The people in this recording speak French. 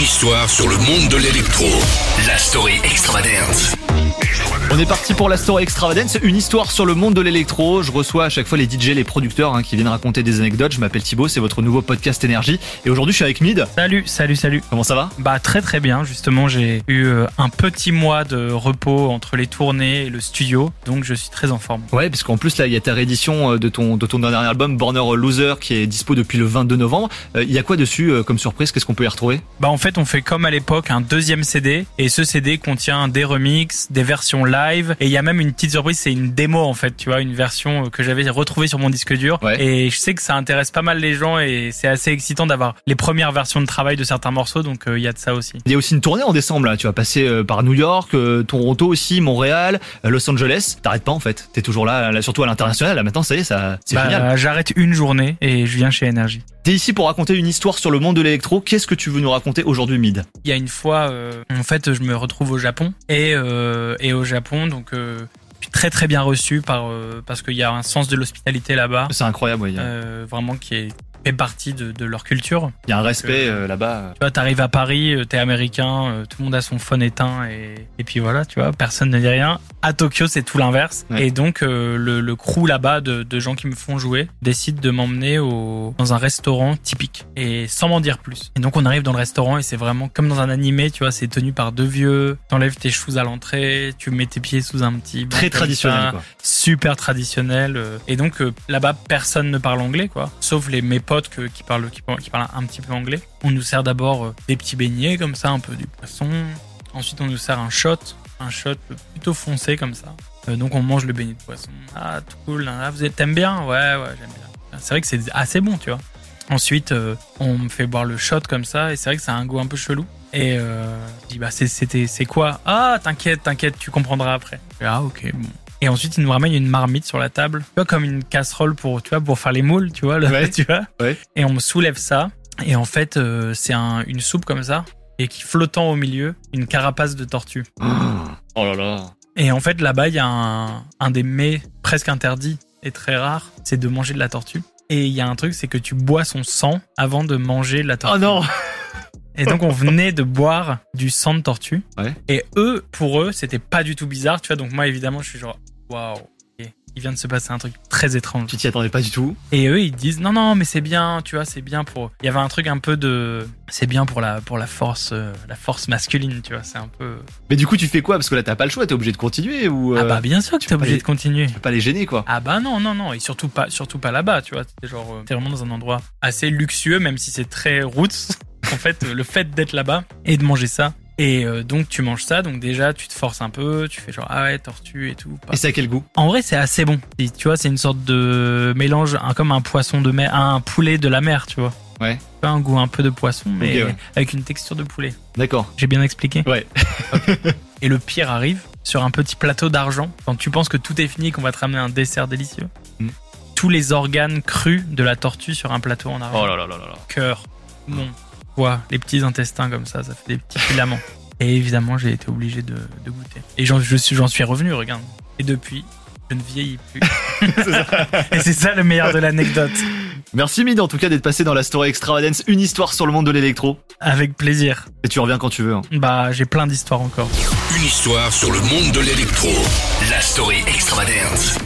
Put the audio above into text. histoire sur le monde de l'électro. La story extravagante. On est parti pour la story extravagance, une histoire sur le monde de l'électro. Je reçois à chaque fois les DJ, les producteurs hein, qui viennent raconter des anecdotes. Je m'appelle Thibaut, c'est votre nouveau podcast énergie. Et aujourd'hui, je suis avec Mid. Salut, salut, salut. Comment ça va Bah très très bien, justement j'ai eu euh, un petit mois de repos entre les tournées et le studio, donc je suis très en forme. Ouais, parce qu'en plus là, il y a ta réédition euh, de ton, de ton dernier album, Borner Loser, qui est dispo depuis le 22 novembre. Euh, Il y a quoi dessus euh, comme surprise Qu'est-ce qu'on peut y retrouver Bah en fait on fait comme à l'époque un deuxième CD, et ce CD contient des remixes, des versions live, et il y a même une petite surprise, c'est une démo en fait, tu vois, une version euh, que j'avais retrouvée sur mon disque dur, Ouais. et je sais que ça intéresse pas mal les gens, et c'est assez excitant d'avoir les premières versions de travail de certains morceaux, donc euh, il y a de ça aussi. Il y a aussi une tournée en décembre là. Tu vas passer euh, par New York, euh, Toronto aussi, Montréal, euh, Los Angeles. T'arrêtes pas en fait. T'es toujours là, là, surtout à l'international. Là maintenant, ça y est, ça, c'est Bah, génial. euh, J'arrête une journée et je viens chez Energy. T'es ici pour raconter une histoire sur le monde de l'électro. Qu'est-ce que tu veux nous raconter aujourd'hui, Mid Il y a une fois, euh, en fait, je me retrouve au Japon et, euh, et au Japon, donc euh, je suis très très bien reçu par euh, parce qu'il y a un sens de l'hospitalité là-bas, C'est incroyable. ouais. Il y, a- euh, vraiment qui est fait partie de, de leur culture. il y a un respect euh, là-bas. Tu vois, t'arrives à Paris, euh, t'es américain, euh, tout le monde a son phone éteint et, et puis voilà, tu vois, personne ne dit rien. À Tokyo, c'est tout l'inverse. Ouais. Et donc, euh, le, le crew là-bas de, de gens qui me font jouer décide de m'emmener au- dans un restaurant typique et sans m'en dire plus. Et donc, on arrive dans le restaurant et c'est vraiment comme dans un animé, tu vois, c'est tenu par deux vieux. T'enlèves tes choses à l'entrée, tu mets tes pieds sous un petit. banc Très comme ça traditionnel. Quoi. super traditionnel euh, et donc euh, là-bas personne ne parle anglais quoi sauf les mes potes que- qui parlent qui, parlent- qui parlent un petit peu anglais on nous sert d'abord euh, des petits beignets comme ça un peu du poisson ensuite on nous sert un shot un shot plutôt foncé comme ça Euh, donc on mange le beignet de poisson ah tout cool ah, vous êtes t'aimes bien ouais ouais j'aime bien c'est vrai que c'est assez bon tu vois ensuite euh, on me fait boire le shot comme ça et c'est vrai que ça a un goût un peu chelou et euh, je dis bah c'est- c'était c'est quoi ah t'inquiète t'inquiète tu comprendras après Je fais, ah ok bon et ensuite, il nous ramène une marmite sur la table, tu vois, comme une casserole pour, tu vois, pour faire les moules, tu vois, le- Ouais. tu vois. Ouais. Et on me soulève ça, et en fait, euh, c'est un- une soupe comme ça, et qui flottant au milieu, une carapace de tortue. Oh là là. Et en fait, là-bas, il y a un, un des mets presque interdits et très rare, c'est de manger de la tortue. Et il y a un truc, c'est que tu bois son sang avant de manger de la tortue. Oh non. Et donc on venait de boire du sang de tortue. Ouais. Et eux, pour eux, c'était pas du tout bizarre, tu vois. Donc moi, évidemment, je suis genre, waouh. ok, Il vient de se passer un truc très étrange. Tu t'y attendais pas du tout. Et eux, ils disent non, non, mais c'est bien, tu vois, c'est bien pour. Il y avait un truc un peu de, c'est bien pour la, pour la force, euh, la force masculine, tu vois. C'est un peu. Mais du coup, tu fais quoi Parce que là, t'as pas le choix. T'es obligé de continuer ou ah euh, bah bien sûr que t'es peux pas obligé les- de continuer. tu peux pas les gêner quoi. Ah bah non, non, non, et surtout pas, surtout pas là-bas, tu vois. T'es genre, euh, t'es vraiment dans un endroit assez luxueux, même si c'est très roots. en fait, euh, le fait d'être là-bas et de manger ça. Et euh, donc tu manges ça, donc déjà tu te forces un peu, tu fais genre ah ouais tortue et tout. Et ça a quel goût En vrai c'est assez bon. Et tu vois c'est une sorte de mélange, un- comme un poisson de mer, un poulet de la mer, tu vois. Ouais. Pas un goût un peu de poisson, mais ouais. avec une texture de poulet. D'accord. J'ai bien expliqué. Ouais. Ok. Et le pire arrive sur un petit plateau d'argent. Quand tu penses que tout est fini, qu'on va te ramener un dessert délicieux. Mm. Tous les organes crus de la tortue sur un plateau en argent. Oh là là là là. là. Cœur, poumon, foie, les petits intestins comme ça, ça fait des petits filaments. Et évidemment, j'ai été obligé de, de goûter. Et j'en je suis, j'en suis revenu, regarde. Et depuis, je ne vieillis plus. Et c'est ça le meilleur de l'anecdote. Merci Mid en tout cas d'être passé dans la story extravagance, une histoire sur le monde de l'électro. Avec plaisir. Et tu reviens quand tu veux. hein. Bah, j'ai plein d'histoires encore. Une histoire sur le monde de l'électro. La story extravagante.